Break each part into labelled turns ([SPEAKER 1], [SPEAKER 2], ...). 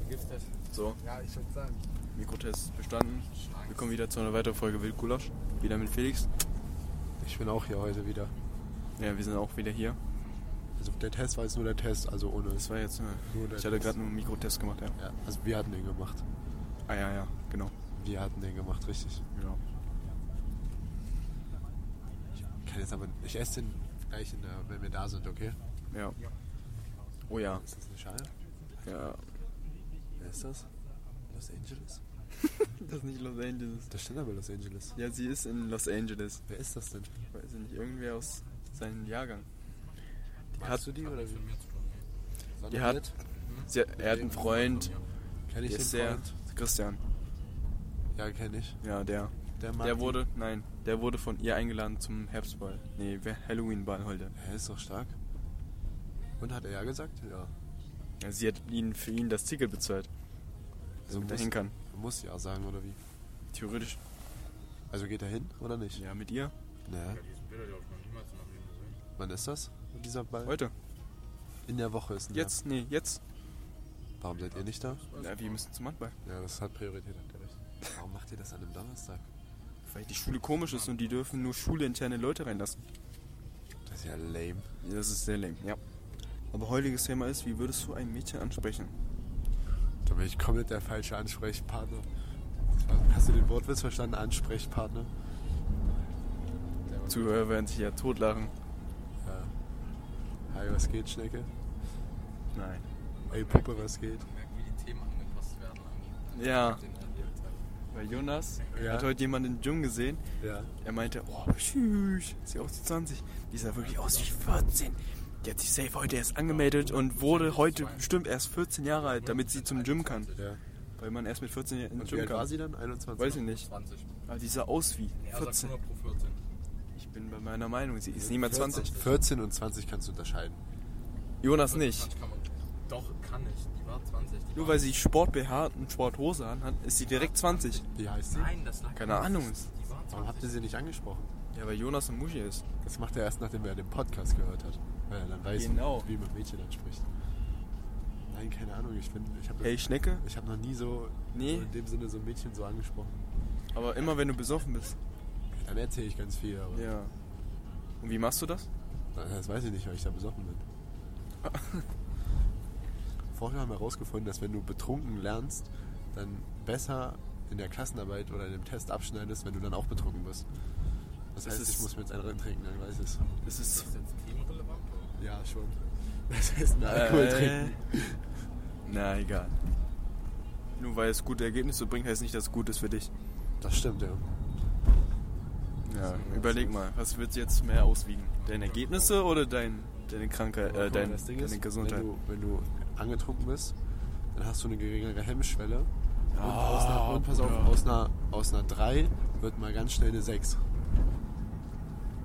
[SPEAKER 1] vergiftet.
[SPEAKER 2] So,
[SPEAKER 3] Ja, ich würde sagen.
[SPEAKER 2] Mikrotest bestanden. Wir kommen wieder zu einer weiteren Folge Wildgulasch. Wieder mit Felix.
[SPEAKER 4] Ich bin auch hier heute wieder.
[SPEAKER 2] Ja, wir sind auch wieder hier.
[SPEAKER 4] Also der Test war jetzt nur der Test, also ohne.
[SPEAKER 2] Das war jetzt eine.
[SPEAKER 4] Nur der
[SPEAKER 2] Ich hatte
[SPEAKER 4] Test.
[SPEAKER 2] gerade nur einen Mikrotest gemacht, ja.
[SPEAKER 4] Ja, also wir hatten den gemacht.
[SPEAKER 2] Ah ja, ja, genau.
[SPEAKER 4] Wir hatten den gemacht, richtig.
[SPEAKER 2] genau.
[SPEAKER 4] Ich kann jetzt aber. Ich esse den gleich, in der, wenn wir da sind, okay?
[SPEAKER 2] Ja. Oh ja.
[SPEAKER 4] Ist das eine Schale?
[SPEAKER 2] Ja.
[SPEAKER 4] Wer ist das? Los Angeles?
[SPEAKER 2] Das ist nicht Los Angeles.
[SPEAKER 4] Da steht aber Los Angeles.
[SPEAKER 2] Ja, sie ist in Los Angeles.
[SPEAKER 4] Wer ist das denn?
[SPEAKER 2] Weiß ich nicht, irgendwer aus seinem Jahrgang. Die
[SPEAKER 4] Magst du die oder wie?
[SPEAKER 2] Die hat, Mhm. sie, er hat einen Freund,
[SPEAKER 4] Kenn ich
[SPEAKER 2] der
[SPEAKER 4] den
[SPEAKER 2] ist der
[SPEAKER 4] Freund?
[SPEAKER 2] Christian.
[SPEAKER 4] Ja, kenn ich.
[SPEAKER 2] Ja, der.
[SPEAKER 4] Der Mann.
[SPEAKER 2] Der wurde, nein, der wurde von ihr eingeladen zum Herbstball. Nee, wer- Halloweenball heute.
[SPEAKER 4] Er ist doch stark. Und hat er ja gesagt? Ja.
[SPEAKER 2] Ja, sie hat ihn für ihn das Ticket bezahlt,
[SPEAKER 4] Also
[SPEAKER 2] damit er
[SPEAKER 4] muss,
[SPEAKER 2] hin kann.
[SPEAKER 4] muss ja sagen, oder wie?
[SPEAKER 2] Theoretisch.
[SPEAKER 4] Also geht er hin oder nicht?
[SPEAKER 2] Ja, mit ihr?
[SPEAKER 4] Naja.
[SPEAKER 1] Ja, diese Bilder, die habe ich noch niemals in meinem Leben gesehen.
[SPEAKER 4] Wann ist das? Dieser Ball?
[SPEAKER 2] Heute.
[SPEAKER 4] In der Woche ist ein
[SPEAKER 2] Jetzt? Nee, jetzt.
[SPEAKER 4] Jahr. Warum seid ihr nicht da?
[SPEAKER 2] Ja, wir müssen zum Handball.
[SPEAKER 4] Ja, das hat Priorität, habt ihr recht. Warum macht ihr das an einem Donnerstag?
[SPEAKER 2] Weil die Schule komisch ist und die dürfen nur schulinterne Leute reinlassen.
[SPEAKER 4] Das ist ja lame.
[SPEAKER 2] Das ist sehr lame, ja. Aber heutiges Thema ist, wie würdest du ein Mädchen ansprechen?
[SPEAKER 4] Da bin ich komplett der falsche Ansprechpartner. Hast du den Wortwitz verstanden? Ansprechpartner?
[SPEAKER 2] Zuhörer werden sich ja totlachen.
[SPEAKER 4] Ja. Hi, was geht, Schnecke?
[SPEAKER 2] Nein.
[SPEAKER 4] Ey, Puppe, was geht?
[SPEAKER 1] Merken, wie die Themen angepasst werden. an- an
[SPEAKER 2] Ja.
[SPEAKER 1] den erlebt haben.
[SPEAKER 2] Weil Jonas
[SPEAKER 4] Ja.
[SPEAKER 2] hat heute jemanden im Gym gesehen.
[SPEAKER 4] Ja.
[SPEAKER 2] Er meinte, oh, tschüss, sieht aus wie 20. Die sah wirklich aus wie 14. Die hat sich safe heute erst angemeldet und wurde heute bestimmt erst 14 Jahre alt, damit sie zum Gym kann.
[SPEAKER 4] Ja.
[SPEAKER 2] Weil man erst mit 14 Jahren ins
[SPEAKER 4] Und wie
[SPEAKER 2] Gym
[SPEAKER 4] alt war
[SPEAKER 2] kann.
[SPEAKER 4] sie dann? 21?
[SPEAKER 2] Weiß ich nicht.
[SPEAKER 1] 20.
[SPEAKER 2] Aber die sah aus wie
[SPEAKER 1] Er sagt
[SPEAKER 2] 14.
[SPEAKER 1] 100 pro 14.
[SPEAKER 2] Ich bin bei meiner Meinung, sie ist niemals 20.
[SPEAKER 4] 14 und 20 kannst du unterscheiden.
[SPEAKER 2] Jonas nicht.
[SPEAKER 1] Kann man, doch, kann ich. Die war 20. Die
[SPEAKER 2] Nur
[SPEAKER 1] war,
[SPEAKER 2] weil sie Sport-BH und Sporthose anhat, ist sie direkt 20.
[SPEAKER 4] Wie heißt sie?
[SPEAKER 1] Nein, das lag
[SPEAKER 2] Keine Ahnung.
[SPEAKER 1] Die war 20.
[SPEAKER 4] Warum habt ihr sie nicht angesprochen?
[SPEAKER 2] Ja, weil Jonas ein Muschi ist.
[SPEAKER 4] Das macht er erst, nachdem er den Podcast gehört hat. Weil er dann weiß,
[SPEAKER 2] Genau.
[SPEAKER 4] wie man Mädchen anspricht. Nein, keine Ahnung. Ich bin, ich habe
[SPEAKER 2] Hey, Schnecke?
[SPEAKER 4] ich hab noch nie so,
[SPEAKER 2] Nee.
[SPEAKER 4] so in dem Sinne so ein Mädchen so angesprochen.
[SPEAKER 2] Aber immer wenn du besoffen bist.
[SPEAKER 4] Dann erzähle ich ganz viel, aber
[SPEAKER 2] Ja. Und wie machst du das?
[SPEAKER 4] das weiß ich nicht, weil ich da besoffen bin. Vorher haben wir herausgefunden, dass wenn du betrunken lernst, dann besser in der Klassenarbeit oder in dem Test abschneidest, wenn du dann auch betrunken bist. Das,
[SPEAKER 2] Das
[SPEAKER 4] heißt,
[SPEAKER 2] ist-
[SPEAKER 4] ich muss mir jetzt einen reintrinken, dann weiß ich es.
[SPEAKER 2] Das
[SPEAKER 1] Ist
[SPEAKER 2] ist
[SPEAKER 1] das jetzt themenrelevant? oder?
[SPEAKER 4] Ja, schon. Das heißt, einen Alkohol
[SPEAKER 2] Äh.
[SPEAKER 4] trinken.
[SPEAKER 2] Na, egal. Nur weil es gute Ergebnisse bringt, heißt nicht, dass es gut ist für dich.
[SPEAKER 4] Das stimmt, ja.
[SPEAKER 2] äh, Ja, überleg mal, was wird jetzt mehr auswiegen? Deine Ergebnisse oder dein, deine Krankheit,
[SPEAKER 4] Aber
[SPEAKER 2] äh,
[SPEAKER 4] guck mal,
[SPEAKER 2] dein,
[SPEAKER 4] das Ding
[SPEAKER 2] deine
[SPEAKER 4] ist,
[SPEAKER 2] Gesundheit?
[SPEAKER 4] Wenn du, wenn du angetrunken bist, dann hast du eine geringere Hemmschwelle. Und,
[SPEAKER 2] Ah,
[SPEAKER 4] aus einer, und pass auf,
[SPEAKER 2] ja.
[SPEAKER 4] aus einer, aus einer 3 wird mal ganz schnell eine 6.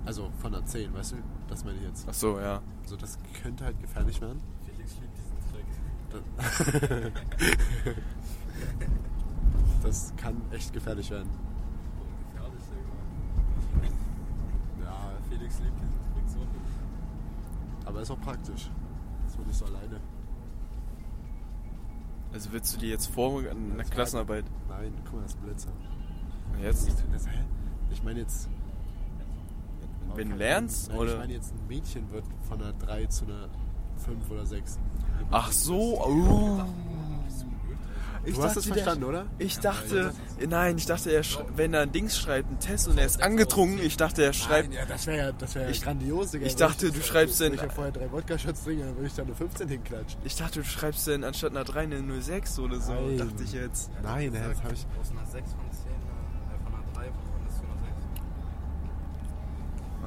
[SPEAKER 4] Also von einer 10, weißt du? Das meine ich jetzt.
[SPEAKER 2] Ach so, ja.
[SPEAKER 4] Also das könnte halt gefährlich werden.
[SPEAKER 1] Felix liebt diesen Trick.
[SPEAKER 4] Das kann echt gefährlich werden.
[SPEAKER 1] Ungefährlich,
[SPEAKER 4] Ja,
[SPEAKER 1] ey. Felix liebt diesen Trick so viel.
[SPEAKER 4] aber ist auch praktisch. Ist man nicht so alleine.
[SPEAKER 2] Also willst du dir jetzt vor an einer Klassenarbeit?
[SPEAKER 4] Nein, guck mal, das ist Blitzer.
[SPEAKER 2] Und Jetzt?
[SPEAKER 4] Das, hä? Ich meine jetzt,
[SPEAKER 2] Wenn du lernst?
[SPEAKER 4] Nein, Ich
[SPEAKER 2] Oder?
[SPEAKER 4] meine jetzt, ein Mädchen wird von einer 3 zu einer 5 oder 6.
[SPEAKER 2] Ach so, oh.
[SPEAKER 1] Bist du blöd, ey?
[SPEAKER 4] Du hast es verstanden, oder?
[SPEAKER 2] Ich dachte, nein, ich dachte, er sch- wenn er ein Dings schreibt, einen Test und er ist angetrunken, ich dachte, er schreibt.
[SPEAKER 4] Nein, ja, das wäre ja, das wär ja
[SPEAKER 2] Ich-
[SPEAKER 4] grandios. Digga.
[SPEAKER 2] ich
[SPEAKER 4] Wenn
[SPEAKER 2] dachte,
[SPEAKER 4] das-
[SPEAKER 2] du schreibst
[SPEAKER 4] wenn Ich
[SPEAKER 2] den-
[SPEAKER 4] ja vorher drei Wodka-Shots trinken, dann würde ich da eine 15 hinklatschen.
[SPEAKER 2] Ich dachte, du schreibst denn anstatt einer 3 eine 06 oder so,
[SPEAKER 4] Nein.
[SPEAKER 2] dachte ich jetzt.
[SPEAKER 4] Nein, hä, das habe ich.
[SPEAKER 1] Aus einer 6 von 10, äh, von einer 3 von 10 ist zu einer 6.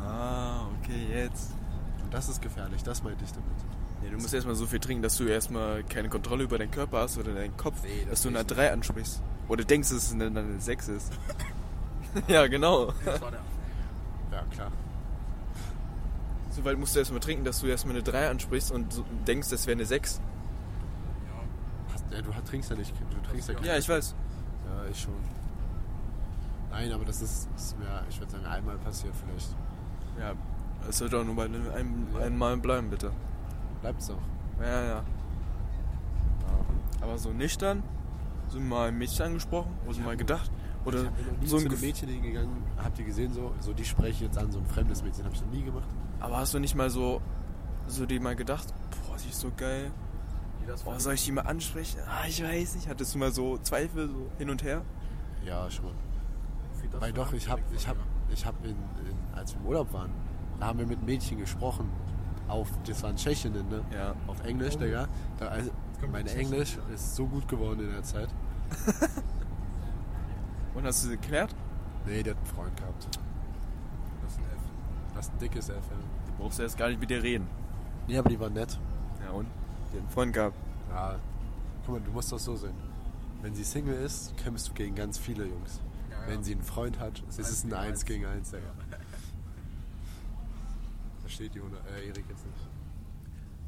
[SPEAKER 2] Ah, okay, jetzt.
[SPEAKER 4] Und das ist gefährlich, das meinte ich damit.
[SPEAKER 2] Ja, du musst erstmal so viel trinken, dass du erstmal keine Kontrolle über deinen Körper hast oder deinen Kopf,
[SPEAKER 1] Nee, das
[SPEAKER 2] dass du
[SPEAKER 1] will
[SPEAKER 2] eine
[SPEAKER 1] ich
[SPEAKER 2] 3 ansprichst. Oder denkst, dass es eine, eine 6 ist. ja, genau.
[SPEAKER 1] Das war der
[SPEAKER 4] Ja, klar.
[SPEAKER 2] Soweit musst du erstmal trinken, dass du erstmal eine 3 ansprichst und so denkst, das wäre eine 6.
[SPEAKER 1] Ja.
[SPEAKER 4] Hast, ja, du hat- trinkst ja nicht. Du trinkst ja,
[SPEAKER 2] Ja, ich weiß.
[SPEAKER 4] Ja, ich schon. Nein, aber das ist, ist mir, ich würde sagen, einmal passiert vielleicht.
[SPEAKER 2] Ja, es sollte auch nur bei einem, einem Mal bleiben, bitte.
[SPEAKER 4] Bleibt's doch.
[SPEAKER 2] Ja, ja.
[SPEAKER 4] Ja.
[SPEAKER 2] Aber so nüchtern, so mal ein Mädchen angesprochen, oder so mal gedacht.
[SPEAKER 4] Ich
[SPEAKER 2] Oder
[SPEAKER 4] hab noch nie
[SPEAKER 2] so ein
[SPEAKER 4] zu einem
[SPEAKER 2] Gefühl.
[SPEAKER 4] Mädchen hingegangen, habt ihr gesehen, so, so die spreche ich jetzt an, so ein fremdes Mädchen, habe ich noch nie gemacht.
[SPEAKER 2] Aber hast du nicht mal so, so dir mal gedacht, boah, die ist so geil,
[SPEAKER 1] Die das
[SPEAKER 2] boah,
[SPEAKER 1] fand.
[SPEAKER 2] soll ich die mal ansprechen? Ah, ich weiß nicht. Hattest du mal so Zweifel so hin und her?
[SPEAKER 4] Ja, schon.
[SPEAKER 1] Wie das
[SPEAKER 4] Weil
[SPEAKER 1] fand,
[SPEAKER 4] doch, ich habe, ich hab, ich hab in, in, als wir im Urlaub waren, da haben wir mit Mädchen gesprochen. Auf, das waren Tschechinnen, ne?
[SPEAKER 2] Ja.
[SPEAKER 4] Auf Englisch, Digga. Da, also,
[SPEAKER 1] kommt
[SPEAKER 4] mein
[SPEAKER 1] die Tschechen.
[SPEAKER 4] Englisch ist so gut geworden in der Zeit.
[SPEAKER 2] Und hast du sie geklärt?
[SPEAKER 4] Nee, der hat einen Freund gehabt.
[SPEAKER 1] Das ist ein Elf.
[SPEAKER 4] Das ist ein dickes F, ja.
[SPEAKER 2] Du brauchst erst gar nicht mit dir reden.
[SPEAKER 4] Nee, aber die waren nett.
[SPEAKER 2] Ja, und? Die hat einen Freund gehabt.
[SPEAKER 4] Ja. Guck mal, du musst das so sehen. Wenn sie Single ist, kämpfst du gegen ganz viele Jungs.
[SPEAKER 1] Ja, ja.
[SPEAKER 4] Wenn sie einen Freund hat, ist
[SPEAKER 1] Eins
[SPEAKER 4] es ein
[SPEAKER 1] gegen
[SPEAKER 4] 1
[SPEAKER 1] eins.
[SPEAKER 4] gegen 1, Digga. Versteht Jona, äh, Erik jetzt nicht.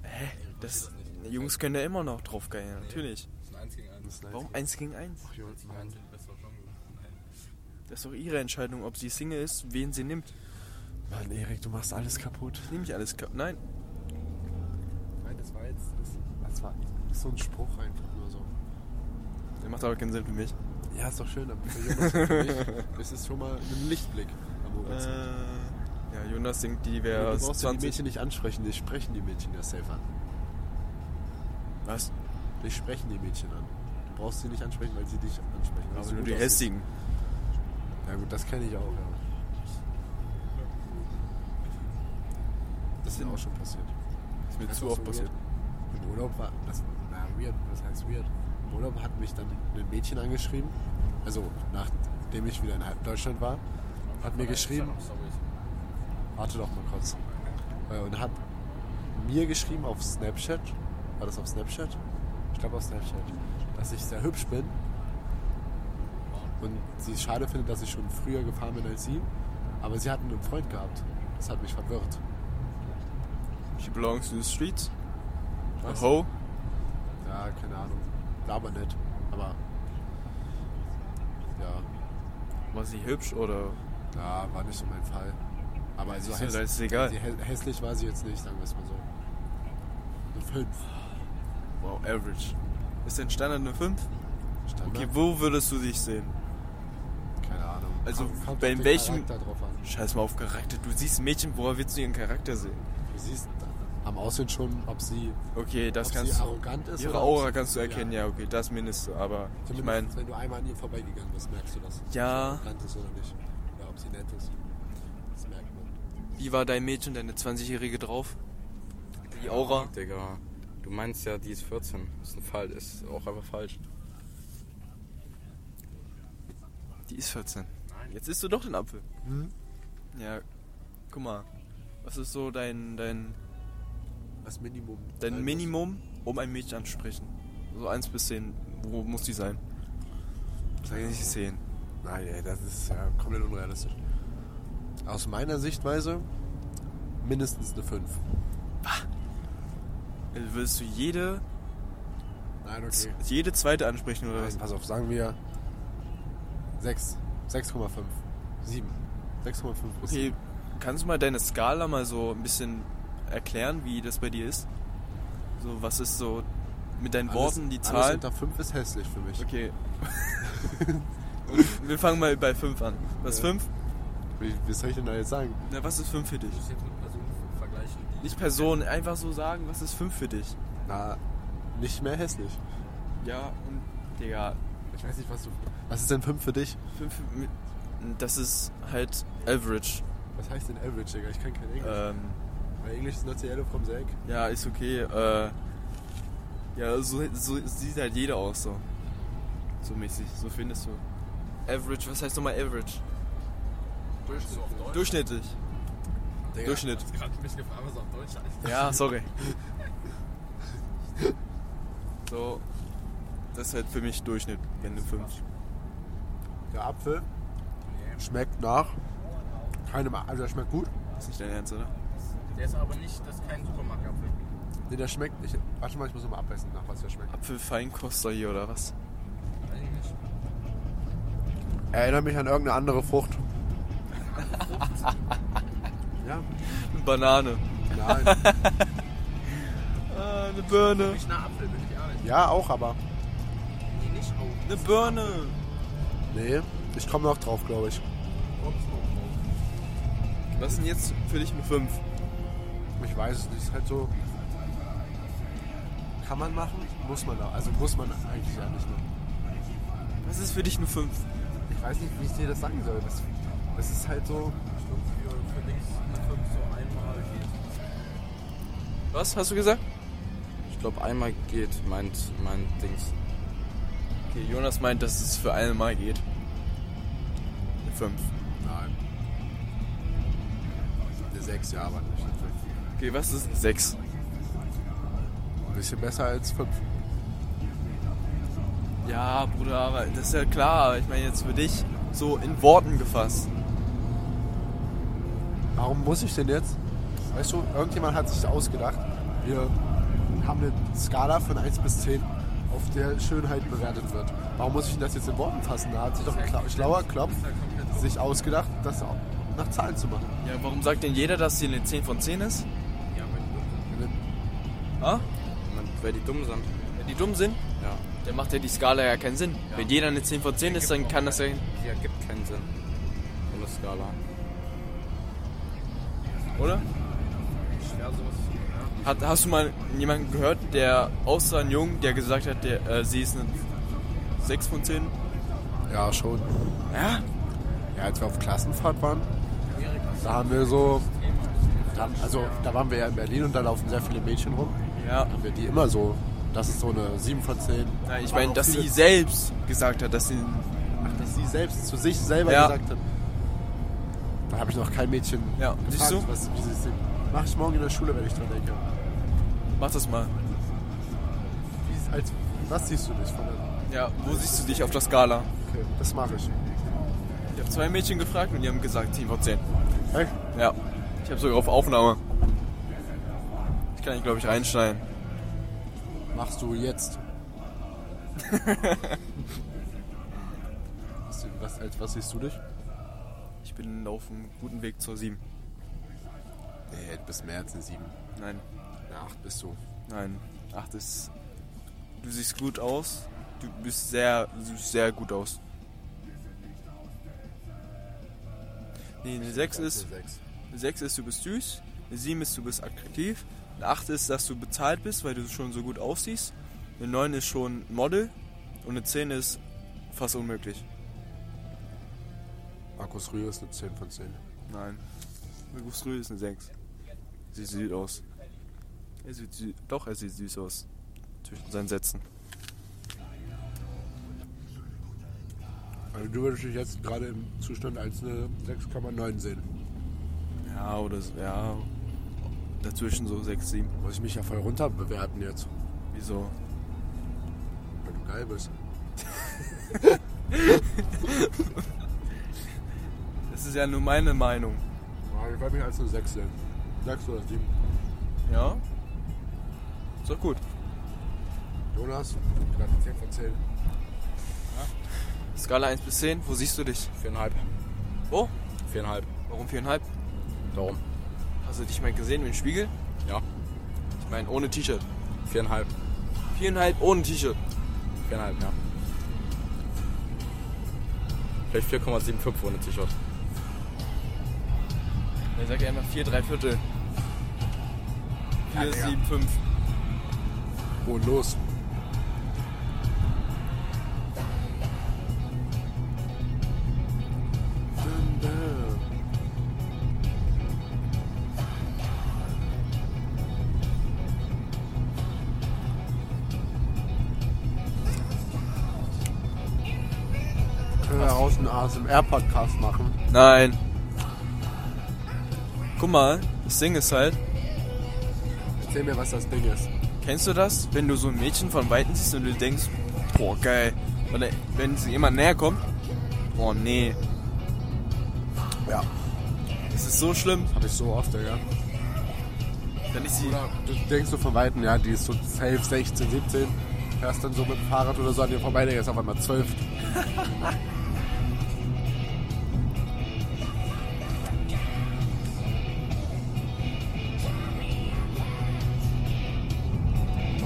[SPEAKER 2] Hä? Das,
[SPEAKER 1] das nicht.
[SPEAKER 2] Jungs können da immer noch drauf geilen,
[SPEAKER 1] Nee.
[SPEAKER 2] natürlich.
[SPEAKER 1] Das ist ein 1 gegen 1.
[SPEAKER 4] Das ist ein Eins
[SPEAKER 2] Warum
[SPEAKER 4] gegen-
[SPEAKER 2] eins gegen eins?
[SPEAKER 4] Ach, Jona,
[SPEAKER 1] Eins gegen
[SPEAKER 4] Mann.
[SPEAKER 1] eins sind besser schon. Nein.
[SPEAKER 2] Das ist doch ihre Entscheidung, ob sie Single ist, wen sie nimmt.
[SPEAKER 4] Mann, Erik, du machst alles kaputt.
[SPEAKER 2] Nehme ich alles kaputt. Nein.
[SPEAKER 1] Nein, das war jetzt. Das
[SPEAKER 4] Das war so ein Spruch einfach nur so.
[SPEAKER 2] Der macht aber keinen Sinn für mich.
[SPEAKER 4] Ja, ist doch schön, aber für Jonas und für mich ist es schon mal ein Lichtblick am
[SPEAKER 2] Äh,
[SPEAKER 4] Horizont.
[SPEAKER 2] ja, Jonas denkt, die wäre
[SPEAKER 4] du brauchst ja die
[SPEAKER 2] 20.
[SPEAKER 4] Mädchen nicht ansprechen, die sprechen die Mädchen ja safe an.
[SPEAKER 2] Was?
[SPEAKER 4] Die sprechen die Mädchen an. Du brauchst sie nicht ansprechen, weil sie dich ansprechen. weil
[SPEAKER 2] Aber
[SPEAKER 4] sie
[SPEAKER 2] nur
[SPEAKER 4] gut
[SPEAKER 2] die
[SPEAKER 4] aussehen.
[SPEAKER 2] hässigen.
[SPEAKER 4] Ja gut, das kenne ich auch, ja. Das ist mir auch schon passiert.
[SPEAKER 2] ist mir
[SPEAKER 4] Einfach
[SPEAKER 2] zu oft
[SPEAKER 4] so
[SPEAKER 2] passiert.
[SPEAKER 4] weird. Im Urlaub war das war weird, was heißt weird? Im Urlaub hat mich dann ein Mädchen angeschrieben, also nachdem ich wieder in Deutschland war, hat mir geschrieben, warte doch mal kurz, Äh, und hat mir geschrieben auf Snapchat, war das auf Snapchat? Ich glaube auf Snapchat, dass ich sehr hübsch bin und sie es schade findet, dass ich schon früher gefahren bin als sie, aber sie hat einen Freund gehabt. Das hat mich verwirrt.
[SPEAKER 2] She belongs to the streets. A
[SPEAKER 4] Weißt du?
[SPEAKER 2] hoe.
[SPEAKER 4] Ja, keine Ahnung. Aber nett. Aber. Ja.
[SPEAKER 2] War sie hübsch oder?
[SPEAKER 4] Ja, war nicht so mein Fall. Aber also
[SPEAKER 2] siehst du, da ist Ah. es egal.
[SPEAKER 4] sie hä- hässlich war sie jetzt nicht, sagen wir es mal so. Eine 5.
[SPEAKER 2] Wow, average. Ist denn Standard eine 5?
[SPEAKER 4] Standard.
[SPEAKER 2] Okay, wo würdest du dich sehen?
[SPEAKER 4] Keine Ahnung.
[SPEAKER 2] Also,
[SPEAKER 4] auf
[SPEAKER 2] bei
[SPEAKER 4] den
[SPEAKER 2] welchem-
[SPEAKER 4] Charakter drauf an.
[SPEAKER 2] Scheiß mal auf Charakter. Du siehst ein Mädchen, woher willst du ihren Charakter sehen?
[SPEAKER 4] Du siehst am Aussehen schon, ob sie,
[SPEAKER 2] Okay, das
[SPEAKER 4] ob
[SPEAKER 2] kannst
[SPEAKER 4] sie
[SPEAKER 2] du.
[SPEAKER 4] arrogant ist.
[SPEAKER 2] Ihre
[SPEAKER 4] oder ob
[SPEAKER 2] Aura
[SPEAKER 4] sie-
[SPEAKER 2] kannst du erkennen, ja, okay, das mindestens. Aber ich Ah. meine,
[SPEAKER 4] Zumindest, wenn du einmal an ihr vorbeigegangen bist, merkst du das. Ob
[SPEAKER 2] Ja.
[SPEAKER 4] sie arrogant ist oder nicht. Oder ob sie nett ist. Das merkt man.
[SPEAKER 2] wie war dein Mädchen, deine 20-Jährige drauf? Die Aura?
[SPEAKER 1] Digga. Du meinst ja, die ist 14. Ist ein Fall, ist auch einfach falsch.
[SPEAKER 2] Die ist 14. Jetzt isst du doch den Apfel.
[SPEAKER 4] Mhm.
[SPEAKER 2] Ja, guck mal. Was ist so dein, dein,
[SPEAKER 4] Das Minimum.
[SPEAKER 2] dein
[SPEAKER 4] Nein,
[SPEAKER 2] Minimum, um ein Mädchen anzusprechen? So 1 bis 10. Wo muss die sein? Sag ich 10.
[SPEAKER 4] Nein, ey, das ist ja komplett unrealistisch. Aus meiner Sichtweise mindestens eine 5.
[SPEAKER 2] Also Würdest du jede,
[SPEAKER 4] Nein,
[SPEAKER 2] z- jede zweite ansprechen oder was?
[SPEAKER 4] Nein, pass auf, sagen wir 6. 6,5. 7. 6,5 bis
[SPEAKER 2] Okay,
[SPEAKER 4] sieben.
[SPEAKER 2] kannst du mal deine Skala mal so ein bisschen erklären, wie das bei dir ist? So, was ist so mit deinen
[SPEAKER 4] Alles-
[SPEAKER 2] Worten die
[SPEAKER 4] Alles
[SPEAKER 2] Zahl?
[SPEAKER 4] unter 5 ist hässlich für mich.
[SPEAKER 2] Okay. Und wir fangen mal bei 5 an. Was
[SPEAKER 4] Ja.
[SPEAKER 2] 5?
[SPEAKER 4] Wie, wie soll ich denn da jetzt sagen?
[SPEAKER 2] Na, was ist 5 für dich?
[SPEAKER 1] Du musst jetzt mit Personen vergleichen, die.
[SPEAKER 2] Nicht Person, einfach so sagen, was ist 5 für dich?
[SPEAKER 4] Na, nicht mehr hässlich.
[SPEAKER 2] Ja, und Digga,
[SPEAKER 4] Ich weiß nicht, was du. Was ist denn 5 für dich?
[SPEAKER 2] 5 das ist halt average.
[SPEAKER 4] Was heißt denn Average, Digga? Ich kann kein Englisch.
[SPEAKER 2] Ähm,
[SPEAKER 4] Weil Englisch ist not the yellow from the egg.
[SPEAKER 2] ja, ist okay. Äh, ja, so, so sieht halt jeder aus so. So mäßig, so findest du. Average, was heißt nochmal average?
[SPEAKER 1] Durchschnitt auf Deutsch.
[SPEAKER 2] Durchschnittlich.
[SPEAKER 4] Digga.
[SPEAKER 2] Durchschnitt.
[SPEAKER 1] Ich hab gerade mich gefragt, was auf Deutsch heißt.
[SPEAKER 2] Ja, sorry. so, das ist halt für mich Durchschnitt, wenn du 5.
[SPEAKER 4] Der Apfel schmeckt nach. Keine Ma also der schmeckt gut.
[SPEAKER 2] Ist nicht dein Ernst, oder?
[SPEAKER 1] Der ist aber nicht, das ist kein Supermarktapfel.
[SPEAKER 4] Nee, der schmeckt. Ich, warte mal, ich muss nochmal abbeißen, nach was der schmeckt.
[SPEAKER 2] Apfelfeinkoster hier oder was?
[SPEAKER 1] Eigentlich.
[SPEAKER 4] Erinnert mich an irgendeine andere Frucht. ja?
[SPEAKER 2] Banane.
[SPEAKER 4] Nein.
[SPEAKER 2] Ah, eine Birne.
[SPEAKER 1] Nicht nach Apfel, bin ich ehrlich.
[SPEAKER 4] ja, auch, aber
[SPEAKER 1] nicht auf.
[SPEAKER 2] Eine Birne.
[SPEAKER 4] Nee, ich komme noch drauf, glaube ich.
[SPEAKER 2] Was ist denn jetzt für dich eine 5?
[SPEAKER 4] Ich weiß es nicht, ist halt so. Kann man machen, muss man auch. Also muss man eigentlich ja nicht machen.
[SPEAKER 2] Was ist für dich eine 5?
[SPEAKER 4] Ich weiß nicht, wie ich dir das sagen soll. Das, das ist halt so.
[SPEAKER 1] Für dich eine 5 so einmal geht.
[SPEAKER 2] Was hast du gesagt?
[SPEAKER 3] Ich glaube, einmal geht mein, mein Dings.
[SPEAKER 2] Okay, Jonas meint, dass es für einmal geht. Eine 5.
[SPEAKER 4] Nein. Eine 6, ja, aber nicht. Ein
[SPEAKER 2] Okay, was ist 6?
[SPEAKER 4] bisschen besser als 5.
[SPEAKER 2] Ja, Bruder, aber das ist ja klar. aber Ich meine jetzt für dich so in Worten gefasst.
[SPEAKER 4] Warum muss ich denn jetzt? Weißt du, irgendjemand hat sich ausgedacht. Wir haben eine Skala von 1 bis 10, auf der Schönheit bewertet wird. Warum muss ich denn das jetzt in Worten fassen? Da hat sich doch ein Kla schlauer Klopf sich ausgedacht, das auch nach Zahlen zu machen.
[SPEAKER 2] Ja, warum sagt denn jeder, dass hier eine 10 von 10 ist?
[SPEAKER 1] Ja, aber die Luft
[SPEAKER 2] Ah?
[SPEAKER 3] Man, wer die dumm sind.
[SPEAKER 2] Wenn die dumm sind,
[SPEAKER 3] Ja.
[SPEAKER 2] dann macht ja die Skala ja keinen Sinn. Wenn jeder eine 10 von 10 ist, dann kann das ja...
[SPEAKER 3] Die ergibt keinen Sinn. So eine Skala.
[SPEAKER 2] Oder?
[SPEAKER 1] ist schwer sowas. Ja.
[SPEAKER 2] Hat, hast du mal jemanden gehört, der außer einem Jungen, der gesagt hat, der, äh, sie ist eine 6 von 10?
[SPEAKER 4] Ja, schon.
[SPEAKER 2] Ja?
[SPEAKER 4] Ja, als wir auf Klassenfahrt waren, da haben wir so. Da, also, da waren wir ja in Berlin und da laufen sehr viele Mädchen rum.
[SPEAKER 2] Ja.
[SPEAKER 4] Da haben wir die immer so. Das ist so eine 7 von 10.
[SPEAKER 2] ja ich
[SPEAKER 4] Waren
[SPEAKER 2] meine,
[SPEAKER 4] auch
[SPEAKER 2] dass
[SPEAKER 4] viele-
[SPEAKER 2] sie selbst gesagt hat, dass sie...
[SPEAKER 4] Ach, dass sie selbst zu sich selber
[SPEAKER 2] Ja.
[SPEAKER 4] gesagt hat. Da habe ich noch kein Mädchen.
[SPEAKER 2] Ja, siehst du?
[SPEAKER 4] Was, wie sie es sehen. Mach ich morgen in der Schule, wenn ich dran denke.
[SPEAKER 2] Mach das mal.
[SPEAKER 4] Wie, als, was siehst du dich von der.
[SPEAKER 2] Ja, wo siehst du dich auf der Skala?
[SPEAKER 4] Okay, das mache ich.
[SPEAKER 2] Ich habe zwei Mädchen gefragt und die haben gesagt 10 von 10.
[SPEAKER 4] Hey,
[SPEAKER 2] Ja. Ich habe sogar auf Aufnahme. Ich kann ich glaube ich reinschneiden.
[SPEAKER 4] machst du jetzt. was, was, als was siehst du dich?
[SPEAKER 2] Ich bin auf einem guten Weg zur 7.
[SPEAKER 4] Nee, du bist mehr als eine 7.
[SPEAKER 2] Nein,
[SPEAKER 4] Eine 8 bist du.
[SPEAKER 2] nein. Ach, das. Du siehst gut aus. Du bist sehr, du siehst sehr gut aus. Nee, eine 6 ist, eine 6 ist, du bist süß. Eine 7 ist, du bist attraktiv. Eine 8 ist, dass du bezahlt bist, weil du schon so gut aussiehst. Eine 9 ist schon Model. Und eine 10 ist fast unmöglich.
[SPEAKER 4] Markus Rühr ist eine 10 von 10.
[SPEAKER 2] Nein. Markus Rühl ist eine 6. Sieht süß aus. Er sieht sü Doch, er sieht süß aus. Zwischen seinen Sätzen.
[SPEAKER 4] Also du würdest dich jetzt gerade im Zustand als eine 6,9 sehen.
[SPEAKER 2] Ja, oder so, ja. Dazwischen so 6, 7.
[SPEAKER 4] Muss ich mich ja voll runter bewerten jetzt,
[SPEAKER 2] Wieso?
[SPEAKER 4] weil du geil bist.
[SPEAKER 2] Das ist ja nur meine Meinung.
[SPEAKER 4] Ja, Ich werde mich als eine 6 sehen. 6 oder 7.
[SPEAKER 2] Ja? Ist doch gut.
[SPEAKER 4] Jonas, gerade 10 von 10.
[SPEAKER 2] Skala 1 bis 10, wo siehst du dich?
[SPEAKER 3] Viereinhalb.
[SPEAKER 2] Wo?
[SPEAKER 3] Viereinhalb.
[SPEAKER 2] Warum 4,5?
[SPEAKER 3] Darum.
[SPEAKER 2] Hast du dich mal gesehen im Spiegel?
[SPEAKER 3] Ja.
[SPEAKER 2] Ich meine, ohne T-Shirt.
[SPEAKER 3] Viereinhalb.
[SPEAKER 2] 4,5 ohne T-Shirt.
[SPEAKER 3] Viereinhalb, ja. Vielleicht 4,75 ohne T-Shirt.
[SPEAKER 2] Er sagt ja immer 4, 3 Viertel. 4,
[SPEAKER 4] Ja, Digga.
[SPEAKER 2] 7, 5.
[SPEAKER 4] Und los. Können wir daraus einen ASMR-Podcast machen?
[SPEAKER 2] Nein. Guck mal, das Ding ist halt,
[SPEAKER 4] Erzähl mir, was das Ding ist.
[SPEAKER 2] kennst du das, wenn du so ein Mädchen von Weitem siehst und du denkst, boah, geil. Oder wenn sie jemand näher kommt, oh nee,
[SPEAKER 4] Ja,
[SPEAKER 2] das ist so schlimm.
[SPEAKER 4] habe ich so oft, Digga.
[SPEAKER 2] Dann ist sie,
[SPEAKER 4] Oder du denkst so von Weitem, ja, die ist so 12, 16, 17. Fährst dann so mit dem Fahrrad oder so an dir vorbei, der ist auf einmal 12.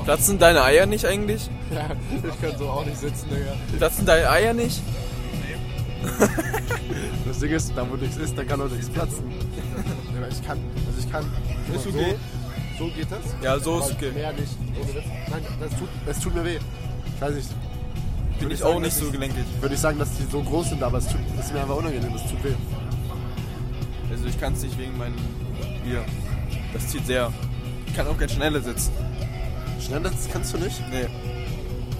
[SPEAKER 2] Platzen deine Eier nicht eigentlich?
[SPEAKER 4] Ja, ich kann so auch nicht sitzen, Digga.
[SPEAKER 2] Platzen deine Eier nicht?
[SPEAKER 4] Das Ding ist, da wo nichts ist, da kann auch nichts platzen. Ja, ich kann, also ich kann. guck
[SPEAKER 2] Ist
[SPEAKER 4] mal,
[SPEAKER 2] okay.
[SPEAKER 4] So, so geht das?
[SPEAKER 2] Ja, so
[SPEAKER 4] aber
[SPEAKER 2] ist okay.
[SPEAKER 4] Mehr nicht. Ohne Witz. Nein, das tut, das tut mir weh. Ich weiß nicht.
[SPEAKER 2] Bin
[SPEAKER 4] Würde
[SPEAKER 2] ich
[SPEAKER 4] sagen,
[SPEAKER 2] auch nicht
[SPEAKER 4] dass
[SPEAKER 2] so gelenkig.
[SPEAKER 4] Würde ich sagen, dass die so groß sind, aber es tut, ist mir einfach unangenehm, es tut weh.
[SPEAKER 2] Also ich kann es nicht wegen meinem Bier. Das zieht sehr. Ich kann auch kein schneller sitzen.
[SPEAKER 4] Schnell, das kannst du nicht?
[SPEAKER 2] Nee.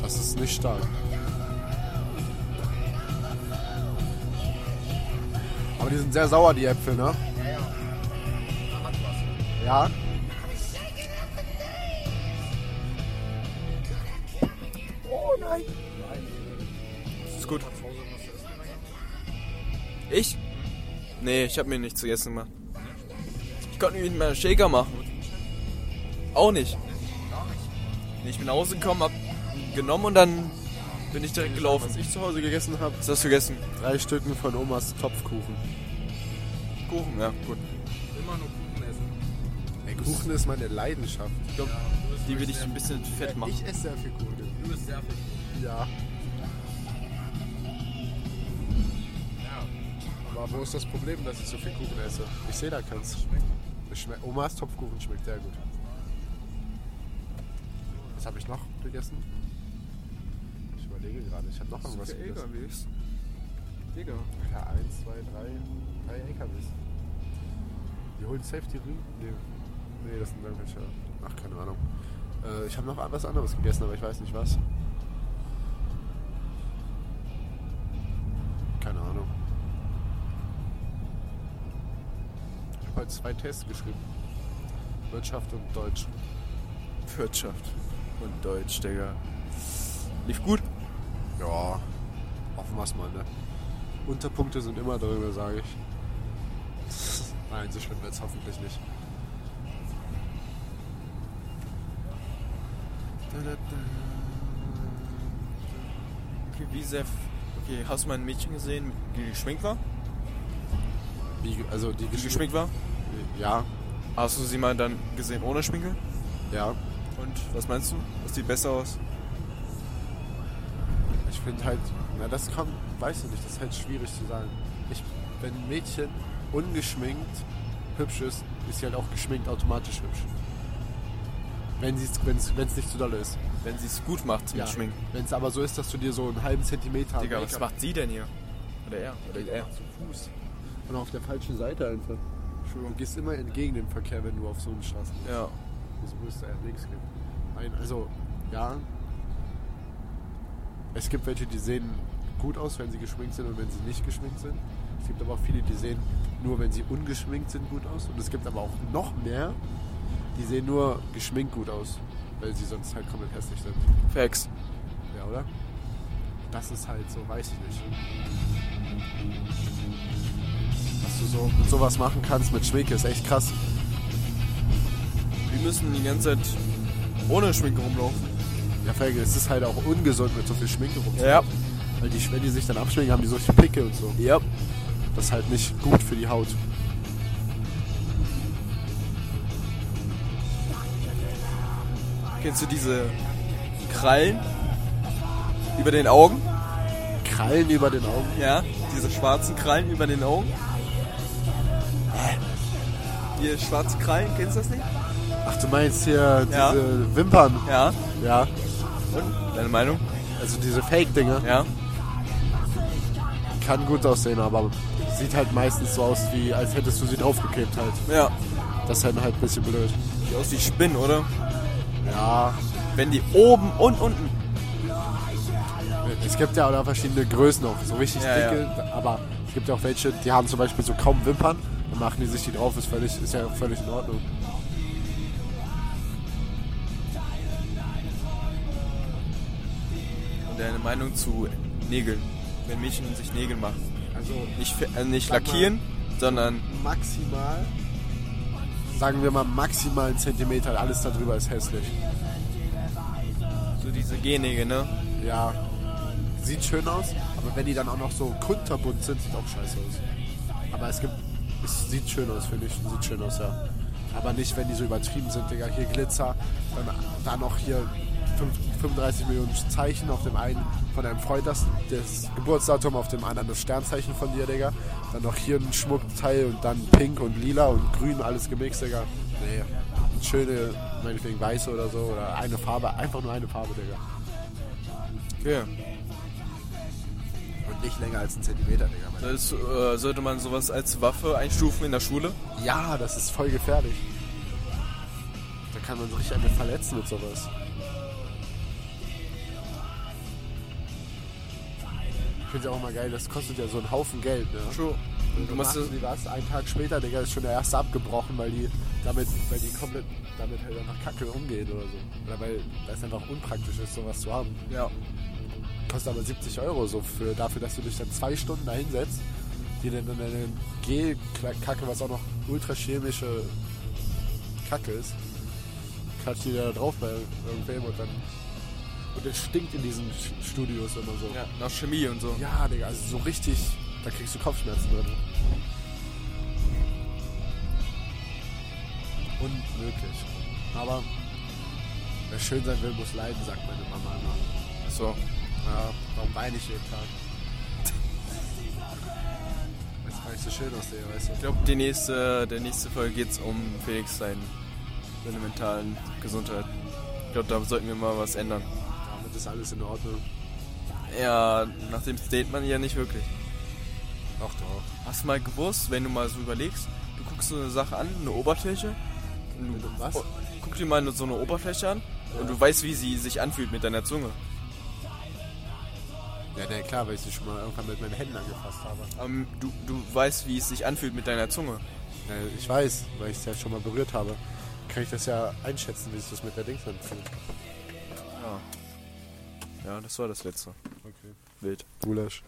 [SPEAKER 4] Das ist nicht stark. Aber die sind sehr sauer, die Äpfel, ne? Ja, ja.
[SPEAKER 2] Das ist gut. Ich? Nee, ich habe mir nichts zu essen gemacht. Ich konnte nicht mal einen Shaker machen. Auch nicht. Nee, ich bin nach Hause gekommen, hab genommen und dann bin ich direkt gelaufen.
[SPEAKER 4] Was ich zu Hause gegessen habe,
[SPEAKER 2] Was hast du gegessen?
[SPEAKER 4] drei Stücken von Omas Topfkuchen.
[SPEAKER 2] Kuchen, ja, gut.
[SPEAKER 1] Immer nur Kuchen essen.
[SPEAKER 4] Ey, Kuchen ist meine Leidenschaft.
[SPEAKER 2] Ich glaube,
[SPEAKER 1] Du isst
[SPEAKER 2] die
[SPEAKER 1] wirklich
[SPEAKER 2] will ich
[SPEAKER 1] sehr-
[SPEAKER 2] ein bisschen fett machen.
[SPEAKER 4] Ich esse sehr viel Kuchen.
[SPEAKER 1] Du bist sehr viel.
[SPEAKER 4] Ja.
[SPEAKER 1] Ja,
[SPEAKER 4] Aber wo ist das Problem, dass ich so viel Kuchen esse? Ich sehe da keins. Es schmeckt- Omas Topfkuchen schmeckt sehr gut. Was habe ich noch gegessen? Ich überlege gerade, ich habe noch irgendwas gegessen.
[SPEAKER 1] LKWs. Digga.
[SPEAKER 4] Ja, eins, zwei, drei, drei LKWs. Die holen safe die Rüben. Nee. nee, das sind irgendwelche. Ach, keine Ahnung. Äh, ich habe noch was anderes gegessen, aber ich weiß nicht was. Keine Ahnung. Ich habe heute zwei Tests geschrieben. Wirtschaft und Deutsch.
[SPEAKER 2] Wirtschaft und Deutsch, Digga. Lief gut?
[SPEAKER 4] Ja, hoffen wir es mal, ne? Unterpunkte sind immer drüber, sage ich. Nein, so schlimm wird es hoffentlich nicht.
[SPEAKER 2] Okay, wie sehr. Okay, hast du mal ein Mädchen gesehen, die geschminkt war?
[SPEAKER 4] Wie, ge- also die
[SPEAKER 2] Die
[SPEAKER 4] Geschm-
[SPEAKER 2] geschminkt war?
[SPEAKER 4] Ja,
[SPEAKER 2] Hast du sie mal dann gesehen ohne Schminke?
[SPEAKER 4] ja.
[SPEAKER 2] Und was meinst du? Das sieht besser aus.
[SPEAKER 4] Ich finde halt, na das kommt, weiß ich nicht, das ist halt schwierig zu sagen. Ich, wenn ein Mädchen ungeschminkt hübsch ist, ist sie halt auch geschminkt automatisch hübsch. Wenn es wenn's, wenn's nicht zu doll ist.
[SPEAKER 2] Wenn sie es gut macht mit Schminken.
[SPEAKER 4] Wenn es aber so ist, dass du dir so einen halben Zentimeter
[SPEAKER 2] Digga, was
[SPEAKER 4] Make-up-
[SPEAKER 2] macht sie denn hier? Oder er? Oder er?
[SPEAKER 4] Und auf der falschen Seite einfach. Du gehst immer entgegen dem Verkehr, wenn du auf so einen Straßen gehst.
[SPEAKER 2] Ja.
[SPEAKER 4] Das müsste ja links gehen. Nein, also, ja. Es gibt welche, die sehen gut aus, wenn sie geschminkt sind und wenn sie nicht geschminkt sind. Es gibt aber auch viele, die sehen nur, wenn sie ungeschminkt sind, gut aus. Und es gibt aber auch noch mehr, die sehen nur geschminkt gut aus, weil sie sonst halt komplett hässlich sind.
[SPEAKER 2] Facts.
[SPEAKER 4] Ja, oder? Das ist halt so, weiß ich nicht. Was du so mit sowas machen kannst mit Schminke, ist echt krass.
[SPEAKER 2] Wir müssen die ganze Zeit ohne Schminke rumlaufen.
[SPEAKER 4] Ja, Felge, es ist halt auch ungesund, mit so viel Schminke rumzulaufen.
[SPEAKER 2] Ja.
[SPEAKER 4] Weil die, wenn die sich dann abschminken, haben die so viele Pickel und so.
[SPEAKER 2] Ja.
[SPEAKER 4] Das ist halt nicht gut für die Haut.
[SPEAKER 2] Kennst du diese Krallen über den Augen?
[SPEAKER 4] Krallen über den Augen.
[SPEAKER 2] Ja, diese schwarzen Krallen über den Augen. Hier schwarze Krallen, kennst du das nicht?
[SPEAKER 4] Ach, du meinst hier
[SPEAKER 2] Ja.
[SPEAKER 4] diese Wimpern?
[SPEAKER 2] Ja.
[SPEAKER 4] Ja.
[SPEAKER 2] Und? Deine Meinung?
[SPEAKER 4] Also diese Fake-Dinger.
[SPEAKER 2] Ja.
[SPEAKER 4] Kann gut aussehen, aber sieht halt meistens so aus, wie als hättest du sie draufgeklebt halt.
[SPEAKER 2] Ja.
[SPEAKER 4] Das ist halt halt ein bisschen blöd.
[SPEAKER 2] Sieht aus wie Spinnen, oder?
[SPEAKER 4] Ja,
[SPEAKER 2] Wenn die oben und unten.
[SPEAKER 4] Es gibt ja auch da verschiedene Größen auch, so richtig
[SPEAKER 2] Ja,
[SPEAKER 4] dicke, aber es gibt ja auch welche, die haben zum Beispiel so kaum Wimpern, dann machen die sich die drauf, ist, völlig, ist ja völlig in Ordnung.
[SPEAKER 2] Und deine Meinung zu Nägeln. Wenn Mädchen sich Nägel machen.
[SPEAKER 4] Also
[SPEAKER 2] Nicht, fe- äh, nicht
[SPEAKER 4] Sag mal.
[SPEAKER 2] lackieren, sondern
[SPEAKER 4] maximal, sagen wir mal maximal einen Zentimeter, alles darüber ist hässlich.
[SPEAKER 2] so diese Genägel, ne?
[SPEAKER 4] Ja, sieht schön aus, aber wenn die dann auch noch so kunterbunt sind, sieht auch scheiße aus. Aber es gibt, es sieht schön aus, finde ich, sieht schön aus, ja. Aber nicht, wenn die so übertrieben sind, Digga. Hier Glitzer, dann, dann noch hier fünf- 35 Millionen Zeichen auf dem einen von deinem Freund das, das Geburtsdatum, auf dem anderen das Sternzeichen von dir, Digga. Dann noch hier ein Schmuckteil und dann pink und lila und grün, alles gemixt, Digga. Nee, eine schöne, meinetwegen weiße oder so oder eine Farbe, einfach nur eine Farbe, Digga.
[SPEAKER 2] Okay.
[SPEAKER 4] Und nicht länger als ein Zentimeter, Digga. Meine
[SPEAKER 2] Das, äh, sollte man sowas als Waffe einstufen in der Schule?
[SPEAKER 4] Ja, das ist voll gefährlich. Da kann man sich richtig einmal verletzen mit sowas. Ich finde ja auch mal geil, das kostet ja so einen Haufen Geld, ne?
[SPEAKER 2] True. Und du musst
[SPEAKER 4] machen die was, einen Tag später, Digga, ist schon der erste abgebrochen, weil die damit, weil die komplett damit halt einfach kacke umgehen oder so. Oder weil das einfach unpraktisch ist, sowas zu haben.
[SPEAKER 2] ja.
[SPEAKER 4] Kostet aber 70 Euro so für, dafür, dass du dich dann zwei Stunden da hinsetzt, dir dann deine Gelkacke, was auch noch ultrachemische Kacke ist, klatscht die da drauf bei irgendwem und dann. Und es stinkt in diesen Sch- Studios immer so.
[SPEAKER 2] ja. Nach Chemie und so.
[SPEAKER 4] Ja, Digga, also so richtig, da kriegst du Kopfschmerzen drin. Unmöglich. Aber wer schön sein will, muss leiden, sagt meine Mama immer.
[SPEAKER 2] So.
[SPEAKER 4] Ja, warum weine ich jeden Tag? Weil ich- Weil ich so schön aussehe, weißt du?
[SPEAKER 2] Ich glaube, die nächste, der nächste Folge geht es um Felix seinen, seine mentalen Gesundheit. Ich glaube, da sollten wir mal was ändern.
[SPEAKER 4] Damit ist alles in Ordnung.
[SPEAKER 2] Ja, nach dem Statement ja nicht wirklich.
[SPEAKER 4] Doch, doch.
[SPEAKER 2] Hast du mal gewusst, wenn du mal so überlegst, du guckst so eine Sache an, eine Oberfläche. Und du,
[SPEAKER 4] Was?
[SPEAKER 2] Oh, guck dir mal so eine Oberfläche an und du weißt, wie sie sich anfühlt mit deiner Zunge.
[SPEAKER 4] Ja, na klar, weil ich sie schon mal irgendwann mit meinen Händen angefasst habe.
[SPEAKER 2] Ähm, du, du weißt, wie es sich anfühlt mit deiner Zunge.
[SPEAKER 4] Ja, ich weiß, weil ich es ja schon mal berührt habe. Kann ich das ja einschätzen, wie sich das mit der Dings anfühlt.
[SPEAKER 2] Ja, das war das letzte.
[SPEAKER 4] Okay.
[SPEAKER 2] Wild.
[SPEAKER 4] Gulasch.